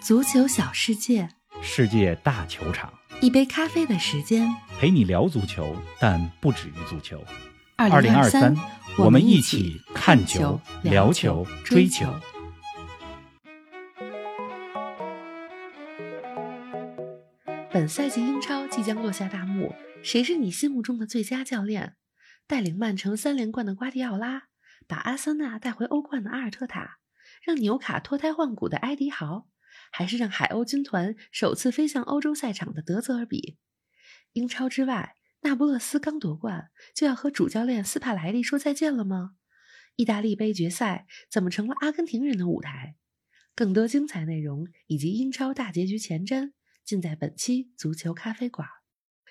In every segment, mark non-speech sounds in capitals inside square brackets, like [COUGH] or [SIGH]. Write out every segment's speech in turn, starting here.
足球小世界，世界大球场，一杯咖啡的时间。陪你聊足球，但不止于足球。二零二三，我们们一起看球、聊球、追球球。。本赛季英超即将落下大幕，谁是你心目中的最佳教练？带领曼城三连冠的瓜迪奥拉，把阿森纳带回欧冠的阿尔特塔，让纽卡脱胎换骨的埃迪豪，还是让海鸥军团首次飞向欧洲赛场的德泽尔比？英超之外，那不勒斯刚夺冠，就要和主教练斯帕莱利说再见了吗？意大利杯决赛怎么成了阿根廷人的舞台？更多精彩内容以及英超大结局前瞻，尽在本期足球咖啡馆。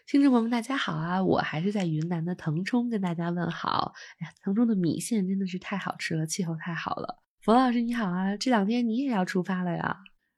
听众朋友们，大家好啊！我还是在云南的腾冲跟大家问好。哎呀，腾冲的米线真的是太好吃了，气候太好了。冯老师你好啊，这两天你也要出发了呀？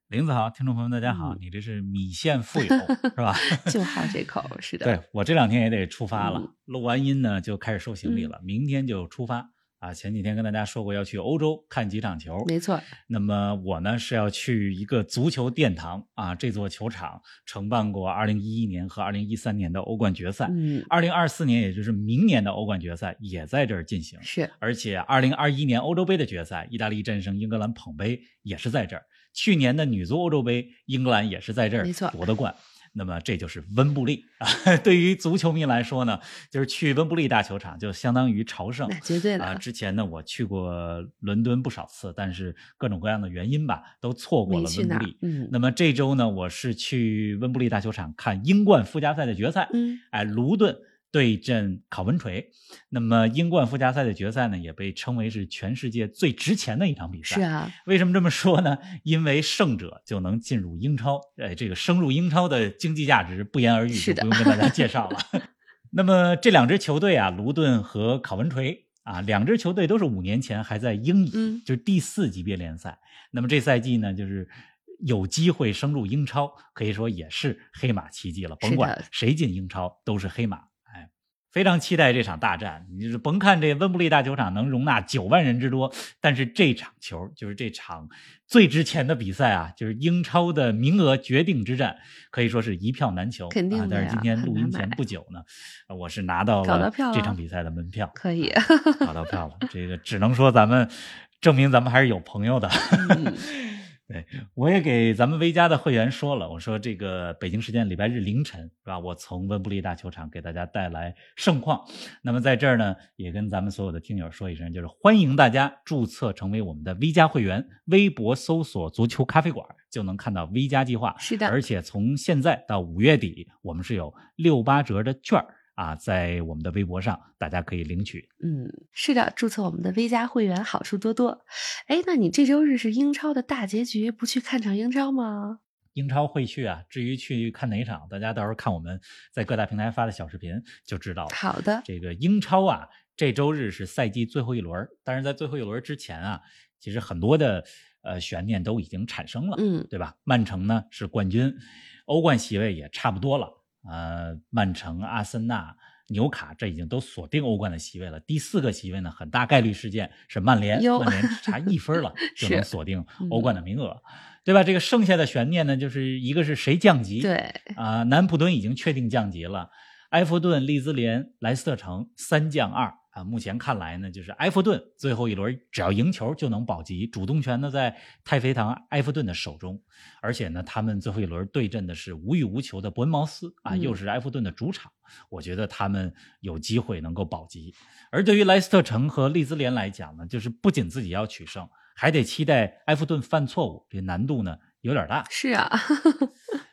林子豪，听众朋友们，大家好，嗯你这是米 [LAUGHS] 线富有是吧？就好这口，是的。对我这两天也得出发了，嗯录完音呢就开始收行李了，明天就出发啊。前几天跟大家说过要去欧洲看几场球，没错。那么我呢是要去一个足球殿堂啊，这座球场承办过2011年和2013年的欧冠决赛，嗯，二零二四年，也就是明年的欧冠决赛也在这儿进行，是而且二零二一年欧洲杯的决赛，意大利战胜英格兰捧杯也是在这儿。去年的女足欧洲杯，英格兰也是在这儿没错夺的冠。那么这就是温布利啊！ [LAUGHS] 对于足球迷来说呢，就是去温布利大球场就相当于朝圣，那绝对的啊、之前呢，我去过伦敦不少次，但是各种各样的原因吧，都错过没了去温那布儿利。。嗯那么这周呢，我是去温布利大球场看英冠附加赛的决赛。嗯，哎，卢顿对阵考文垂。那么英冠附加赛的决赛呢，也被称为是全世界最值钱的一场比赛。是啊，为什么这么说呢？因为胜者就能进入英超，哎，这个升入英超的经济价值不言而喻，是的就不用跟大家介绍了。 [LAUGHS] 那么这两支球队啊，卢顿和考文垂啊，两支球队都是五年前还在英乙，嗯就是第四级别联赛。那么这赛季呢，就是。有机会升入英超，可以说也是黑马奇迹了。是甭的管谁进英超，都是黑马。哎，非常期待这场大战。你就是甭看这温布利大球场能容纳九万人之多，但是这场球就是这场最值钱的比赛啊，就是英超的名额决定之战，可以说是一票难求。肯定啊。的但呀是今天很录难音前买不久呢，呃我是拿到搞到了票这了场比赛的门票，可以啊搞到票了。这个只能说咱们证明咱们还是有朋友的。嗯对，我也给咱们微家的会员说了，我说这个北京时间礼拜日凌晨是吧？我从温布利大球场给大家带来盛况。那么在这儿呢，也跟咱们所有的听友说一声，就是欢迎大家注册成为我们的 V 加会员，微博搜索“足球咖啡馆”就能看到 V 加计划。是的而且从现在到五月底，我们是有六八折的券儿啊，在我们的微博上大家可以领取。嗯，是的，注册我们的 V 加会员好处多多。哎，那你这周日是英超的大结局，不去看场英超吗？英超会去啊，至于去看哪场，大家到时候看我们在各大平台发的小视频就知道了。好的，这个英超啊，这周日是赛季最后一轮儿，但是在最后一轮儿之前啊，其实很多的呃悬念都已经产生了，嗯，对吧？曼城呢是冠军，欧冠席位也差不多了，呃，曼城、阿森纳、纽卡这已经都锁定欧冠的席位了。第四个席位呢，很大概率事件是曼联，哟嗯曼联只差一 [LAUGHS] 分了就是能锁定欧冠的名额，对吧？这个剩下的悬念呢，就是一个是谁降级，对，啊、南普敦已经确定降级了，埃弗顿、利兹联、莱斯特城三降二啊。目前看来呢，就是埃弗顿最后一轮只要赢球就能保级，主动权呢在太妃堂埃弗顿的手中。而且呢，他们最后一轮对阵的是无欲无求的伯恩茅斯啊，嗯又是埃弗顿的主场，我觉得他们有机会能够保级。而对于莱斯特城和利兹联来讲呢，就是不仅自己要取胜，还得期待埃弗顿犯错误，这难度呢有点大。是啊，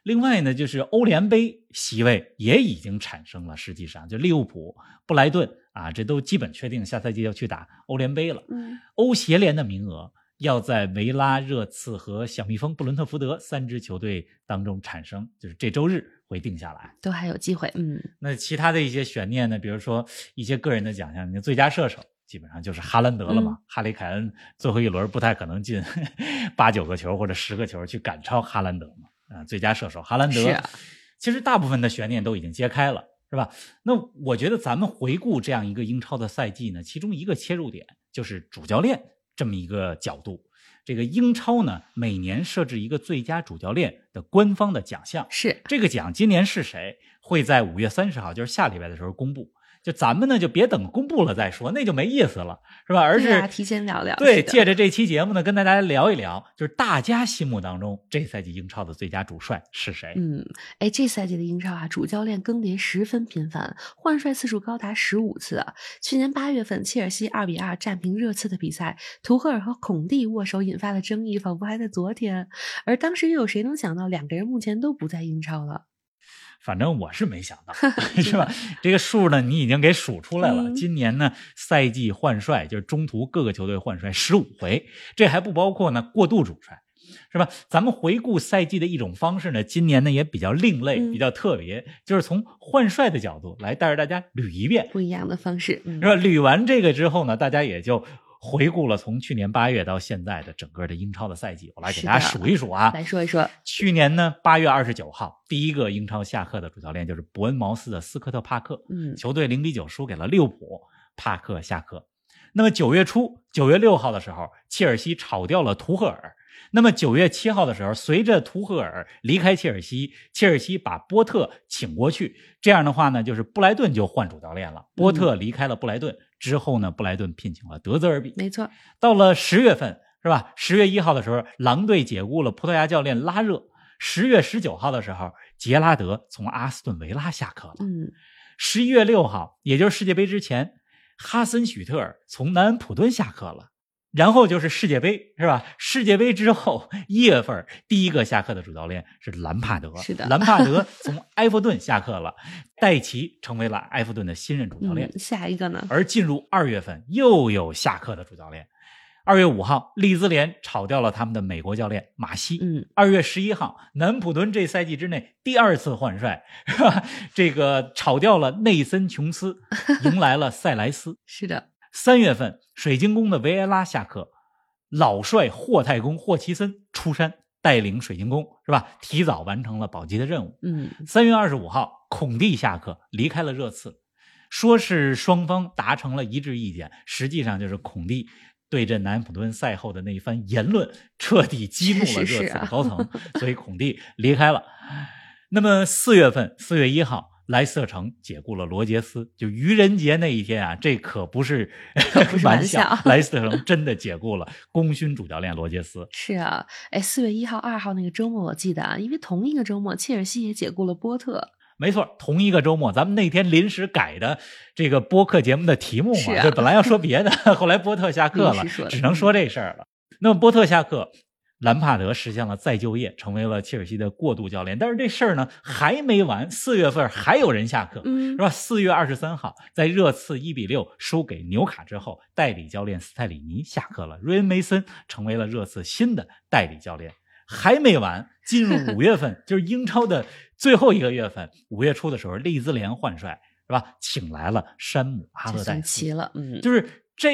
另外呢，就是欧联杯席位也已经产生了，实际上就利物浦、布莱顿啊，这都基本确定下赛季要去打欧联杯了。嗯，欧协联的名额要在维拉、热刺和小蜜蜂布伦特福德三支球队当中产生，就是这周日会定下来。 [LAUGHS] 都还有机会，嗯，那其他的一些悬念呢，比如说一些个人的奖项，你最佳射手基本上就是哈兰德了嗯嘛。哈里凯恩最后一轮不太可能进 [LAUGHS] 八九个球或者十个球去赶超哈兰德嘛。啊、最佳射手哈兰是德，啊其实大部分的悬念都已经揭开了，是吧？那我觉得咱们回顾这样一个英超的赛季呢，其中一个切入点就是主教练这么一个角度。这个英超呢每年设置一个最佳主教练的官方的奖项，是这个奖今年是谁会在五月三十号，就是下礼拜的时候公布。就咱们呢，就别等公布了再说，那就没意思了，是吧？而对啊是提前聊聊对，是的借着这期节目呢，跟大家聊一聊，就是大家心目当中这赛季英超的最佳主帅是谁？嗯，哎，这赛季的英超啊，主教练更迭十分频繁，换帅次数高达十五次啊。去年八月份，切尔西二比二战平热刺的比赛，图赫尔和孔蒂握手引发了争议，仿佛还在昨天。而当时又有谁能想到，两个人目前都不在英超了？反正我是没想 [LAUGHS] 到，是吧？这个数呢，你已经给数出来了。嗯今年呢，赛季换帅就是中途各个球队换帅十五回，这还不包括呢过渡主帅，是吧？咱们回顾赛季的一种方式呢，今年呢也比较另类，嗯比较特别，就是从换帅的角度来带着大家捋一遍，不一样的方式，嗯是，吧？捋完这个之后呢，大家也就。回顾了从去年八月到现在的整个的英超的赛季，我来给是的大家数一数啊。来说一说，去年呢，八月二十九号，第一个英超下课的主教练就是伯恩茅斯的斯科特·帕克，嗯，球队零比九输给了利物浦，帕克下课。那么九月初，九月六号的时候，切尔西炒掉了图赫尔。那么九月七号的时候，随着图赫尔离开切尔西，切尔西把波特请过去。这样的话呢，就是布莱顿就换主教练了。波特嗯离开了布莱顿之后呢，布莱顿聘请了德泽尔比。没错，到了十月份，是吧？十月一号的时候，狼队解雇了葡萄牙教练拉热。十月十九号的时候，杰拉德从阿斯顿维拉下课了。嗯，十一月六号，也就是世界杯之前，哈森许特尔从南安普顿下课了。然后就是世界杯，是吧？世界杯之后，一月份第一个下课的主教练是兰帕德，是的兰帕德从埃弗顿下课了，戴奇成为了埃弗顿的新任主教练。嗯，下一个呢？而进入二月份，又有下课的主教练。二月五号，利兹联炒掉了他们的美国教练马西。嗯，二月十一号，南普敦这赛季之内第二次换帅，是吧？这个炒掉了内森·琼斯，迎来了塞莱斯。是的，三月份，水晶宫的维埃拉下课，老帅霍太公霍奇森出山，带领水晶宫，是吧？提早完成了保级的任务。嗯，三月二十五号，孔蒂下课离开了热刺，说是双方达成了一致意见，实际上就是孔蒂对阵南安普顿赛后的那一番言论，彻底激怒了确实是热啊刺的高层，所以孔蒂离开了。那么四月份，四月一号。莱斯特城解雇了罗杰斯，就愚人节那一天啊，这可不是不是玩玩笑莱斯特城真的解雇了功勋主教练罗杰斯。是啊，哎，四月一号、二号那个周末我记得啊，因为同一个周末，切尔西也解雇了波特，没错，同一个周末，咱们那天临时改的这个播客节目的题目是嘛，啊这本来要说别的， [LAUGHS] 后来波特下课了临时说，的嗯只能说这事儿了。那么波特下课，兰帕德实现了再就业，成为了切尔西的过渡教练。但是这事儿呢还没完，四月份还有人下课，嗯是，吧？四月二十三号，在热刺一比六输给纽卡之后，代理教练斯泰里尼下课了，瑞恩·梅森成为了热刺新的代理教练。还没完，进入五月份，就是英超的最后一个月份，五月初的时候，利兹联换帅是吧？请来了山姆·阿这勒代算斯齐，了，嗯，就是这。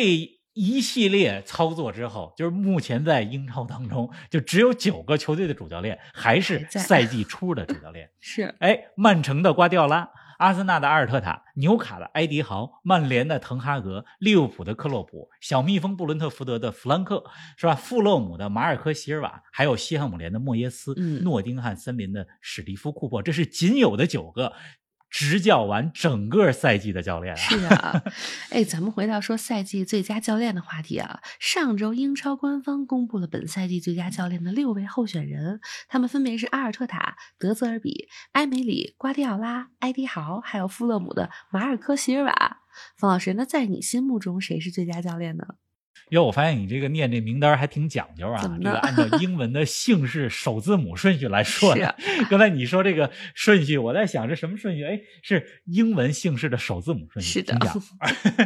一系列操作之后，就是目前在英超当中，就只有九个球队的主教练还是还在赛季初的主教练，是，哎，曼城的瓜迪奥拉，阿森纳的阿尔特塔，纽卡的埃迪豪，曼联的滕哈格，利物浦的克洛普，小蜜蜂布伦特福德的弗兰克，是吧？富勒姆的马尔科席尔瓦，还有西汉姆联的莫耶斯，嗯诺丁汉森林的史蒂夫库珀，这是仅有的九个执教完整个赛季的教练啊。是 [LAUGHS] 啊，哎，咱们回到说赛季最佳教练的话题啊。上周英超官方公布了本赛季最佳教练的六位候选人，他们分别是阿尔特塔、德泽尔比、埃梅里、瓜迪奥拉、埃迪豪，还有富勒姆的马尔科席尔瓦。方老师，那在你心目中谁是最佳教练呢？哟，我发现你这个念这名单还挺讲究啊怎么，这个呢按照英文的姓氏首字母顺序来 [LAUGHS] 说是的啊。 [LAUGHS] 刚才你说这个顺序，我在想这什么顺序？哎，是英文姓氏的首字母顺序。是的挺讲 [LAUGHS]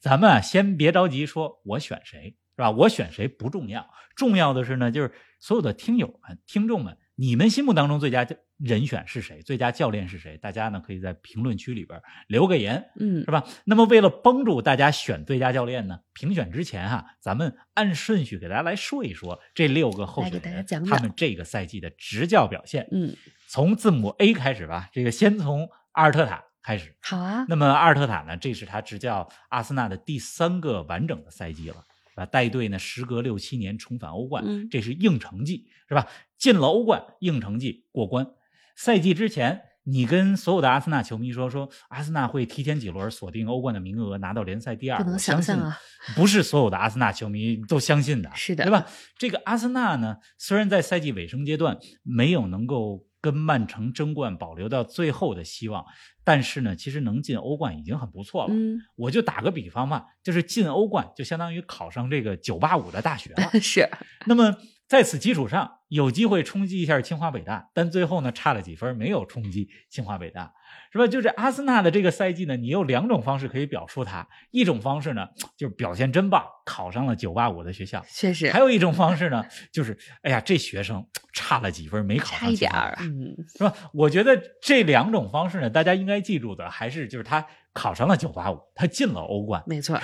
咱们啊，先别着急说我选谁，是吧？我选谁不重要，重要的是呢，就是所有的听友们、听众们，你们心目当中最佳人选是谁？最佳教练是谁？大家呢可以在评论区里边留个言，嗯是，吧？那么为了帮助大家选最佳教练呢，评选之前哈、咱们按顺序给大家来说一说这六个候选来给大家人讲讲他们这个赛季的执教表现。嗯，从字母 A 开始吧，这个先从阿尔特塔开始。 [LAUGHS] 好啊，那么阿尔特塔呢，这是他执教阿森纳的第三个完整的赛季了。啊，带队呢时隔六七年重返欧冠，嗯这是硬成绩，是吧？进了欧冠，硬成绩过关。赛季之前，你跟所有的阿森纳球迷说，说阿森纳会提前几轮锁定欧冠的名额，拿到联赛第二。不能我想相信象啊！ [LAUGHS] 不是所有的阿森纳球迷都相信的，是的对吧？这个阿森纳呢，虽然在赛季尾声阶段没有能够跟曼城争冠保留到最后的希望，但是呢，其实能进欧冠已经很不错了。嗯，我就打个比方嘛，就是进欧冠就相当于考上这个九八五的大学了。 [LAUGHS] 是，那么在此基础上，有机会冲击一下清华北大，但最后呢差了几分，没有冲击清华北大，是吧？就是阿森纳的这个赛季呢，你有两种方式可以表述它，一种方式呢就是表现真棒，考上了九八五的学校。确实还有一种方式呢， [LAUGHS] 就是哎呀，这学生差了几分，没考上差一点清华儿。嗯，是吧？我觉得这两种方式呢，大家应该记住的还是就是他考上了九八五，他进了欧冠，没 [LAUGHS] 错儿，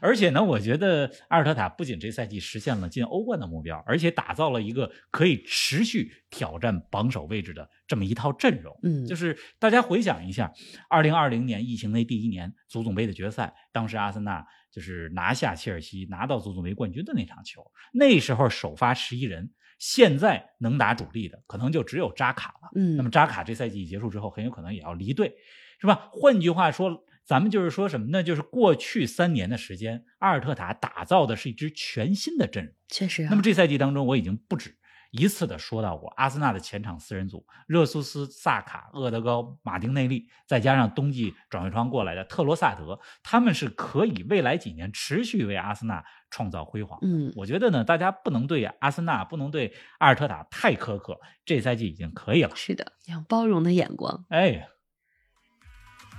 而且呢，我觉得阿尔特塔不仅这赛季实现了进欧冠的目标，而且打造了一个可以持续挑战榜首位置的这么一套阵容。嗯，就是是大家回想一下，二零二零年疫情那第一年足总杯的决赛，当时阿森纳就是拿下切尔西，拿到足总杯冠军的那场球，那时候首发十一人，现在能打主力的可能就只有扎卡了。那么嗯，扎卡这赛季结束之后，很有可能也要离队，是吧？换句话说，咱们就是说什么呢？就是过去三年的时间，阿尔特塔打造的是一支全新的阵容。确实啊。那么这赛季当中，我已经不止一次的说到过，阿森纳的前场四人组，热苏斯、萨卡、厄德高、马丁内利，再加上冬季转会窗过来的特罗萨德，他们是可以未来几年持续为阿森纳创造辉煌。嗯，我觉得呢，大家不能对阿森纳，不能对阿尔特塔太苛刻，这赛季已经可以了。是的，要包容的眼光。哎，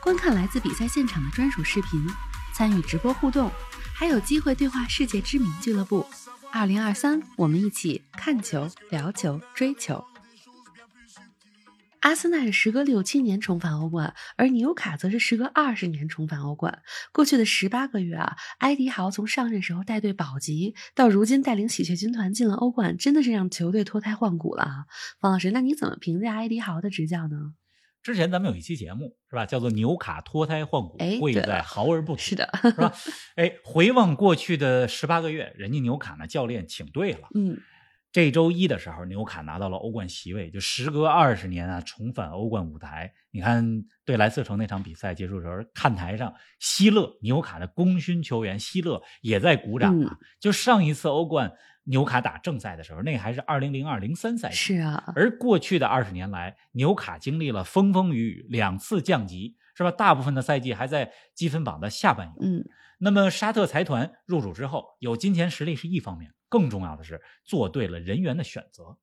观看来自比赛现场的专属视频，参与直播互动，还有机会对话世界知名俱乐部。二零二三，我们一起看球、聊球、追球。阿森纳是时隔六七年重返欧冠，而纽卡则是时隔二十年重返欧冠。过去的十八个月啊，埃迪豪从上任时候带队保级，到如今带领喜鹊军团进了欧冠，真的是让球队脱胎换骨了啊！方老师，那你怎么评价埃迪豪的执教呢？之前咱们有一期节目是吧，叫做“纽卡脱胎换骨哎，贵对在了豪而不是实”，的， [LAUGHS] 是吧？ [LAUGHS] 哎，回望过去的十八个月，人家纽卡呢教练请对了。嗯，这周一的时候，纽卡拿到了欧冠席位，就时隔二十年啊，重返欧冠舞台。你看，对莱斯特城那场比赛结束的时候，看台上希勒，纽卡的功勋球员希勒也在鼓掌啊。就上一次欧冠纽卡打正赛的时候，那还是二零零二零三赛季，是啊，而过去的二十年来，纽卡经历了风风雨雨，两次降级，是吧？大部分的赛季还在积分榜的下半游。嗯。那么沙特财团入主之后，有金钱实力是一方面，更重要的是做对了人员的选择。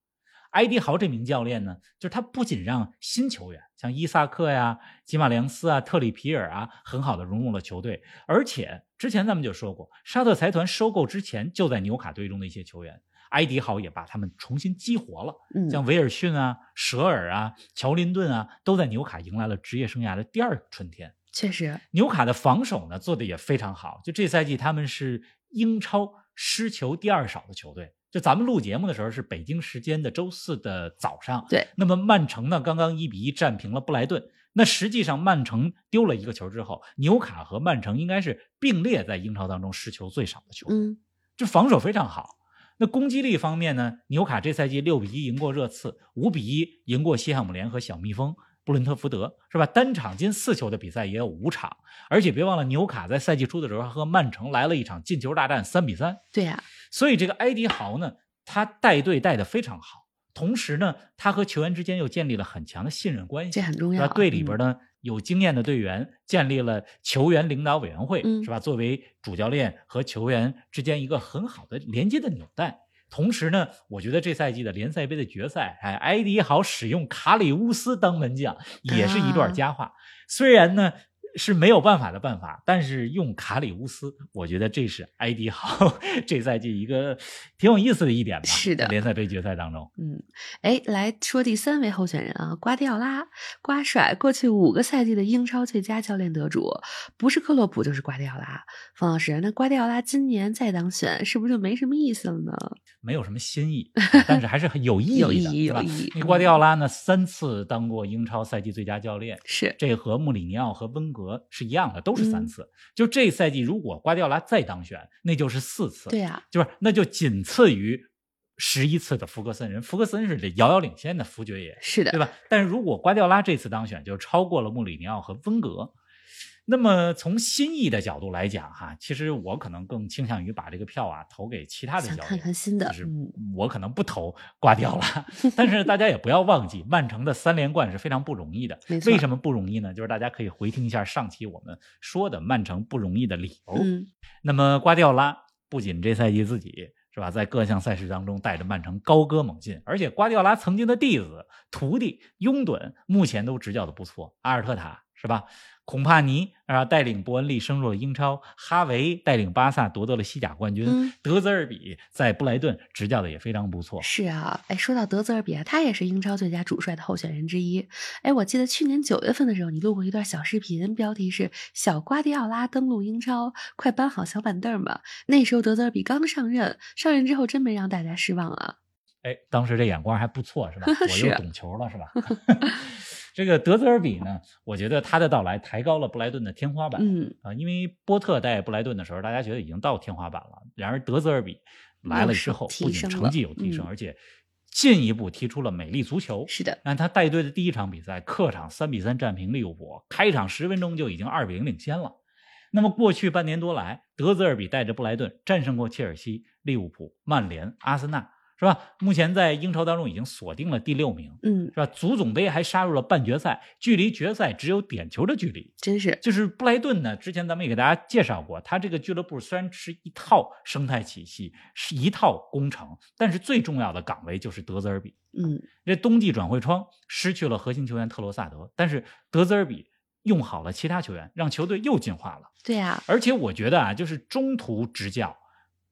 埃迪豪这名教练呢，就是他不仅让新球员像伊萨克呀、吉马良斯啊、特里皮尔啊，很好的融入了球队，而且之前咱们就说过，沙特财团收购之前就在纽卡队中的一些球员，埃迪豪也把他们重新激活了。嗯，像威尔逊啊、舍尔啊、乔林顿啊，都在纽卡迎来了职业生涯的第二个春天。确实，纽卡的防守呢做的也非常好，就这赛季他们是英超失球第二少的球队。就咱们录节目的时候是北京时间的周四的早上，对。那么曼城呢刚刚一比一战平了布莱顿，那实际上曼城丢了一个球之后，纽卡和曼城应该是并列在英超当中失球最少的球队。嗯，就防守非常好。那攻击力方面呢，纽卡这赛季六比一赢过热刺，五比一赢过西汉姆联和小蜜蜂布伦特福德，是吧？单场进四球的比赛也有五场，而且别忘了纽卡在赛季初的时候还和曼城来了一场进球大战，三比三。对啊呀、所以这个埃迪豪呢，他带队带得非常好，同时呢，他和球员之间又建立了很强的信任关系，这很重是要。啊嗯吧？队里边的，呢有经验的队员建立了球员领导委员会，嗯是吧？作为主教练和球员之间一个很好的连接的纽带。同时呢，我觉得这赛季的联赛杯的决赛，哎，啊埃迪豪使用卡里乌斯当门将也是一段佳话。虽然呢，是没有办法的办法，但是用卡里乌斯，我觉得这是埃迪豪 [LAUGHS] 这赛季一个挺有意思的一点吧。是的在联赛杯决赛当中，嗯，哎，来说第三位候选人啊，瓜迪奥拉，瓜帅过去五个赛季的英超最佳教练得主，不是克洛普就是瓜迪奥拉。方老师，那瓜迪奥拉今年再当选，是不是就没什么意思了呢？没有什么 [LAUGHS] 新意，啊但是还是很有意义有的，意义，对有吧？意义。那瓜迪奥拉呢，三次当过英超赛季最佳教练，是这和穆里尼奥和温格是一样的，都是嗯三次。就这赛季，如果瓜迪奥拉再当选，那就是四次，对啊，就是那就仅次于十一次的福格森人，福格森是遥遥领先的福爵爷，是的，对吧？但是如果瓜迪奥拉这次当选，就超过了穆里尼奥和温格。那么从心意的角度来讲，哈，其实我可能更倾向于把这个票啊投给其他的想教看练，看新的，就是嗯，我可能不投瓜迪奥拉， [LAUGHS] 但是大家也不要忘记，曼城的三连冠是非常不容易的没。错为什么不容易呢？就是大家可以回听一下上期我们说的曼城不容易的理由。嗯，那么瓜迪奥拉不仅这赛季自己是吧，在各项赛事当中带着曼城高歌猛进，而且瓜迪奥拉曾经的弟子、徒弟拥趸目前都执教的不错，阿尔特塔是吧？孔帕尼啊带领伯恩利升入了英超，哈维带领巴萨夺得了西甲冠军，嗯德泽尔比在布莱顿执教的也非常不错。是啊，哎，说到德泽尔比啊，他也是英超最佳主帅的候选人之一。哎，我记得去年九月份的时候，你录过一段小视频，标题是“小瓜迪奥拉登陆英超，快搬好小板凳吧”。那时候德泽尔比刚上任，上任之后真没让大家失望啊。哎，当时这眼光还不错，[LAUGHS] 是吧？我是又懂球了，是吧？ [LAUGHS] 这个德泽尔比呢，我觉得他的到来抬高了布莱顿的天花板。嗯，啊，因为波特带布莱顿的时候，大家觉得已经到天花板了。然而德泽尔比来又了是之后，提不仅升成了绩有提升，嗯而且进一步踢出了美丽足球。是的，让他带队的第一场比赛，客场三比三战平利物浦，开场十分钟就已经二比零领先了。那么过去半年多来，德泽尔比带着布莱顿战胜过切尔西、利物浦、曼联、阿森纳，是吧？目前在英超当中已经锁定了第六名，嗯是，吧？足总杯还杀入了半决赛，距离决赛只有点球的距离。真是就是布莱顿呢，之前咱们也给大家介绍过，它这个俱乐部虽然是一套生态体系，是一套工程，但是最重要的岗位就是德泽尔比。嗯，这冬季转会窗失去了核心球员特罗萨德，但是德泽尔比用好了其他球员，让球队又进化了。对啊，而且我觉得啊，就是中途执教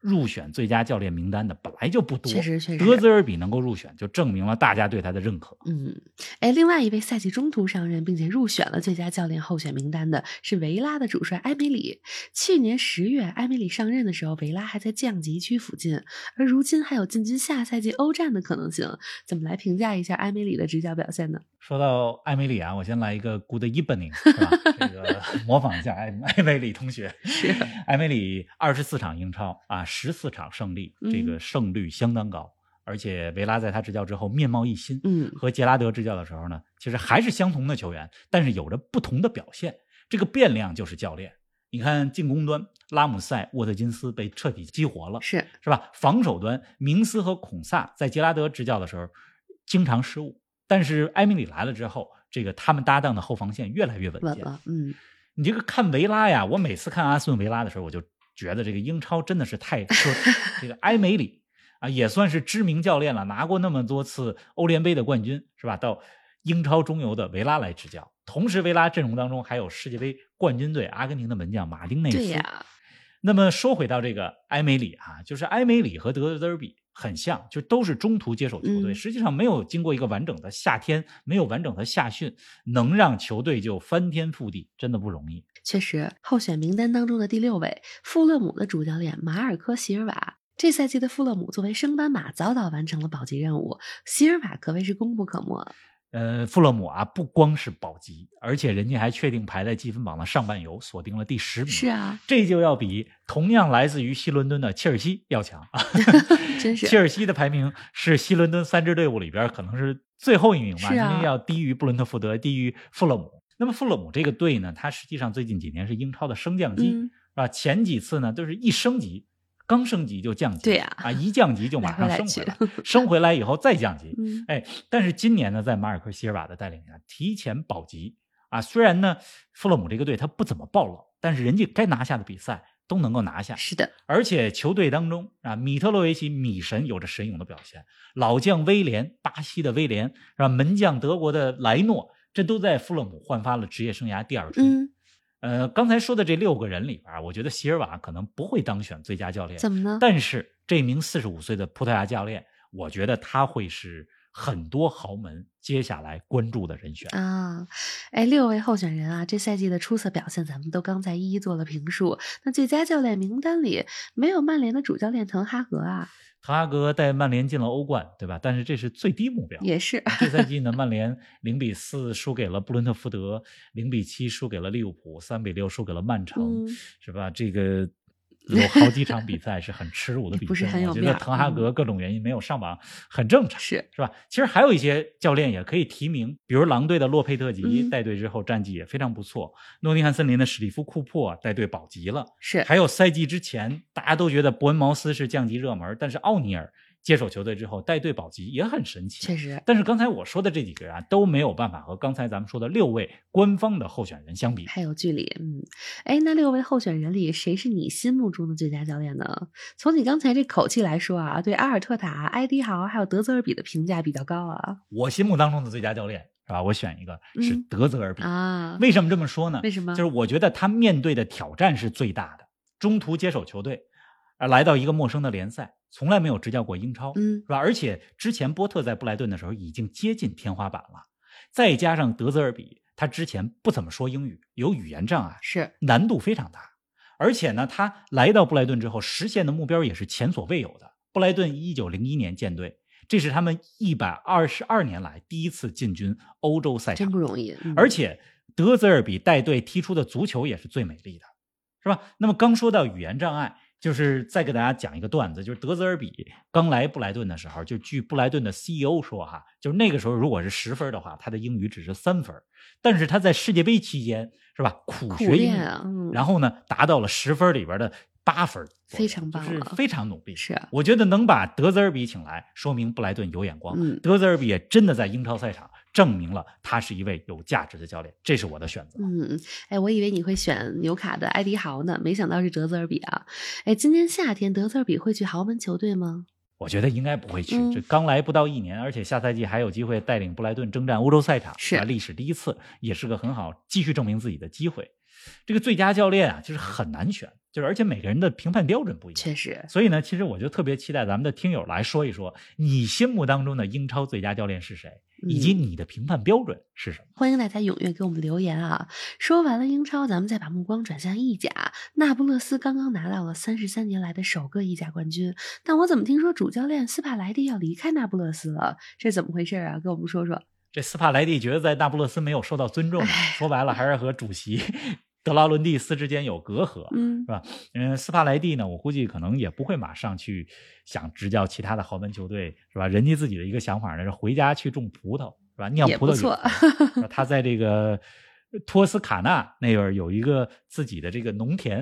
入选最佳教练名单的本来就不多，确实确实德泽尔比能够入选，就证明了大家对他的认可。嗯，哎，另外一位赛季中途上任并且入选了最佳教练候选名单的是维拉的主帅埃梅里。去年十月，埃梅里上任的时候，维拉还在降级区附近，而如今还有进军下赛季欧战的可能性。怎么来评价一下埃梅里的执教表现呢？说到艾梅里啊，我先来一个 Good evening，[LAUGHS] 是吧？这个模仿一下艾艾梅里同学。是艾梅里二十四场英超啊，十四场胜利，这个嗯胜率相当高。而且维拉在他执教之后面貌一新，嗯，和杰拉德执教的时候呢，其实还是相同的球员，但是有着不同的表现。这个变量就是教练。你看进攻端，拉姆塞、沃特金斯被彻底激活了，是是吧？防守端，明斯和孔萨在杰拉德执教的时候经常失误，但是埃米里来了之后，这个他们搭档的后防线越来越稳稳健。了，嗯，你这个看维拉呀，我每次看阿斯顿维拉的时候，我就觉得这个英超真的是 [LAUGHS] 太奢侈。这个埃梅里啊，也算是知名教练了，拿过那么多次欧联杯的冠军，是吧？到英超中游的维拉来执教，同时维拉阵容当中还有世界杯冠军队阿根廷的门将马丁内斯。对呀、那么说回到这个埃梅里啊，就是埃梅里和德泽尔比很像，就都是中途接手球队，嗯实际上没有经过一个完整的夏天，没有完整的夏训，能让球队就翻天覆地，真的不容易。确实，候选名单当中的第六位，富勒姆的主教练马尔科·席尔瓦。这赛季的富勒姆作为升班马，早早完成了保级任务，席尔瓦可谓是功不可没。呃，富勒姆啊，不光是保级，而且人家还确定排在积分榜的上半游，锁定了第十名。是啊，这就要比同样来自于西伦敦的切尔西要强啊！真是切尔西的排名是西伦敦三支队伍里边可能是最后一名吧，是啊因为要低于布伦特福德，低于富勒姆。那么富勒姆这个队呢，它实际上最近几年是英超的升降机，嗯，是吧？前几次呢都是一升级，刚升级就降级，对呀啊，一降级就马上来回升来回来，升回来以后再降级，嗯，哎，但是今年呢，在马尔科·希尔瓦的带领下，提前保级啊。虽然呢，富勒姆这个队他不怎么爆冷，但是人家该拿下的比赛都能够拿下，是的，而且球队当中啊，米特洛维奇米神有着神勇的表现，老将威廉，巴西的威廉，是吧？门将德国的莱诺，这都在富勒姆焕发了职业生涯第二春。嗯，呃，刚才说的这六个人里边儿，我觉得席尔瓦可能不会当选最佳教练，怎么呢？但是这名四十五岁的葡萄牙教练，我觉得他会是很多豪门接下来关注的人选。啊，哎，六位候选人啊，这赛季的出色表现，咱们都刚才一一做了评述。那最佳教练名单里没有曼联的主教练滕哈格啊，滕哈格带曼联进了欧冠，对吧？但是这是最低目标。也是 [LAUGHS] 这赛季呢，曼联零比四输给了布伦特福德，零比七输给了利物浦，三比六输给了曼城，嗯是吧？这个有好几场比赛是很耻辱的比赛，不是很有我觉面得儿滕哈嗯格各种原因没有上榜，很正常。是，是吧？其实还有一些教练也可以提名，比如狼队的洛佩特吉、嗯带队之后战绩也非常不错，诺丁汉森林的史蒂夫库珀啊带队保级了，是还有赛季之前大家都觉得伯恩茅斯是降级热门，但是奥尼尔接手球队之后带队保级也很神奇。确实但是刚才我说的这几个人啊，都没有办法和刚才咱们说的六位官方的候选人相比。还有距离。嗯，哎，那六位候选人里，谁是你心目中的最佳教练呢？从你刚才这口气来说啊，对阿尔特塔、埃迪豪还有德泽尔比的评价比较高啊我心目当中的最佳教练是吧？我选一个是嗯德泽尔比。啊，为什么这么说呢？为什么就是我觉得他面对的挑战是最大的，中途接手球队，而来到一个陌生的联赛，从来没有执教过英超，嗯是吧？而且之前波特在布莱顿的时候已经接近天花板了，再加上德泽尔比，他之前不怎么说英语，有语言障碍，是难度非常大。而且呢，他来到布莱顿之后，实现的目标也是前所未有的。布莱顿一九零一年建队，这是他们一百二十二年来第一次进军欧洲赛场，真不容易，嗯而且德泽尔比带队踢出的足球也是最美丽的，是吧？那么刚说到语言障碍，就是再给大家讲一个段子，就是德泽尔比刚来布莱顿的时候，就据布莱顿的 CEO 说哈，就是那个时候如果是十分的话，他的英语只是三分，但是他在世界杯期间是吧，苦苦学英练语，啊，嗯，然后呢达到了十分里边的八分左非右，常棒就是了非常努力。是啊我觉得能把德泽尔比请来，说明布莱顿有眼光。嗯德泽尔比也真的在英超赛场证明了他是一位有价值的教练，这是我的选择。嗯，哎，我以为你会选纽卡的埃迪豪呢，没想到是德泽尔比啊！哎，今年夏天德泽尔比会去豪门球队吗？我觉得应该不会去，嗯这刚来不到一年，而且下赛季还有机会带领布莱顿征战欧洲赛场，是吧历史第一次，也是个很好继续证明自己的机会。这个最佳教练啊，就是很难选，就是而且每个人的评判标准不一样。确实，所以呢，其实我就特别期待咱们的听友来说一说，你心目当中的英超最佳教练是谁，以及嗯你的评判标准是什么。欢迎大家踊跃给我们留言啊！说完了英超，咱们再把目光转向意甲。那不勒斯刚刚拿到了三十三年来的首个意甲冠军，但我怎么听说主教练斯帕莱蒂要离开那不勒斯了？这怎么回事啊？跟我们说说。这斯帕莱蒂觉得在那不勒斯没有受到尊重啊，说白了还是和主席 [LAUGHS] 德劳伦蒂斯之间有隔阂。嗯嗯，斯帕莱蒂呢，我估计可能也不会马上去想执教其他的豪门球队，是吧？人家自己的一个想法呢是回家去种葡萄，是吧？酿也葡不萄错酒是吧。他在这个托斯卡纳那边有一个自己的这个农田，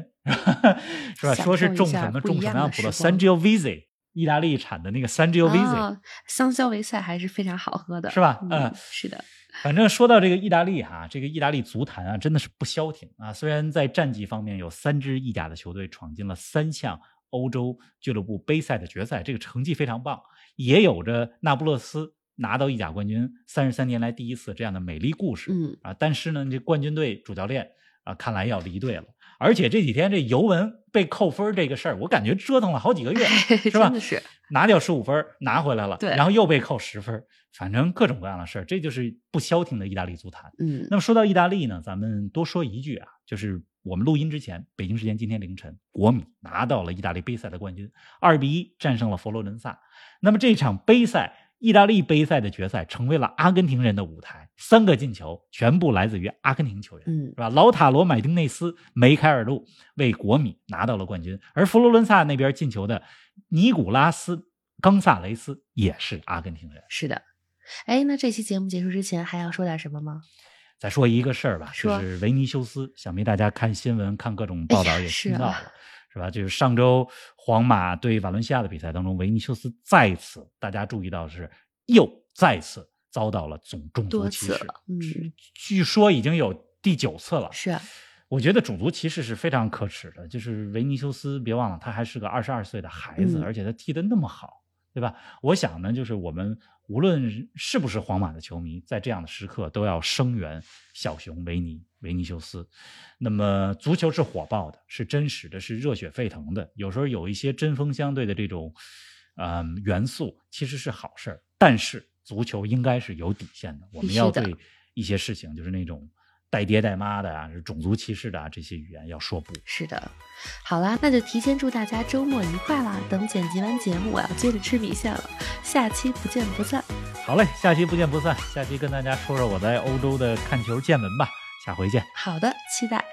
是吧？ [LAUGHS] 享说受是一种下什么不种一什样么样的葡萄时光，Sangiovese，意大利产的那个 Sangiovese，、啊，香蕉维塞还是非常好喝的，是吧嗯嗯，是的，反正说到这个意大利哈、这个意大利足坛啊，真的是不消停啊。虽然在战绩方面有三支意甲的球队闯进了三项欧洲俱乐部杯赛的决赛，这个成绩非常棒，也有着那不勒斯拿到意甲冠军三十三年来第一次这样的美丽故事。嗯，，啊，但是呢，这冠军队主教练啊，看来要离队了。而且这几天这尤文被扣分这个事儿，我感觉折腾了好几个月 [LAUGHS] 真吧的是拿掉十五分儿拿回来了，对然后又被扣十分儿，反正各种各样的事儿，这就是不消停的意大利足坛。嗯那么说到意大利呢，咱们多说一句啊，就是我们录音之前，北京时间今天凌晨，国米拿到了意大利杯赛的冠军，二比一战胜了佛罗伦萨。那么这场杯赛，意大利杯赛的决赛成为了阿根廷人的舞台，三个进球全部来自于阿根廷球员。嗯是。吧？老塔罗、马丁内斯、梅开二度为国米拿到了冠军，而佛罗伦萨那边进球的尼古拉斯·冈萨雷斯也是阿根廷人。是的。哎，那这期节目结束之前还要说点什么吗？再说一个事儿吧，说哎就是维尼修斯，想必大家看新闻、看各种报道也是听到了，啊是吧？就是上周皇马对瓦伦西亚的比赛当中，维尼修斯再次，大家注意到是又再次遭到了总种族多歧次视了，嗯据据说已经有第九次了，是啊我觉得种族歧视是非常可耻的。就是维尼修斯，别忘了他还是个二十二岁的孩子，嗯而且他踢得那么好，对吧？我想呢，就是我们无论是不是皇马的球迷，在这样的时刻都要声援小熊维尼维尼修斯。那么，足球是火爆的，是真实的，是热血沸腾的。有时候有一些针锋相对的这种，嗯、元素其实是好事儿。但是，足球应该是有底线的，我必们须要的对一些事情，就是那种带爹带妈的啊，是种族歧视的啊，这些语言要说不。是的，好啦，那就提前祝大家周末愉快啦！等剪辑完节目，我要接着吃米线了。下期不见不散。好嘞，下期不见不散。下期跟大家说说我在欧洲的看球见闻吧，下回见。好的，期待。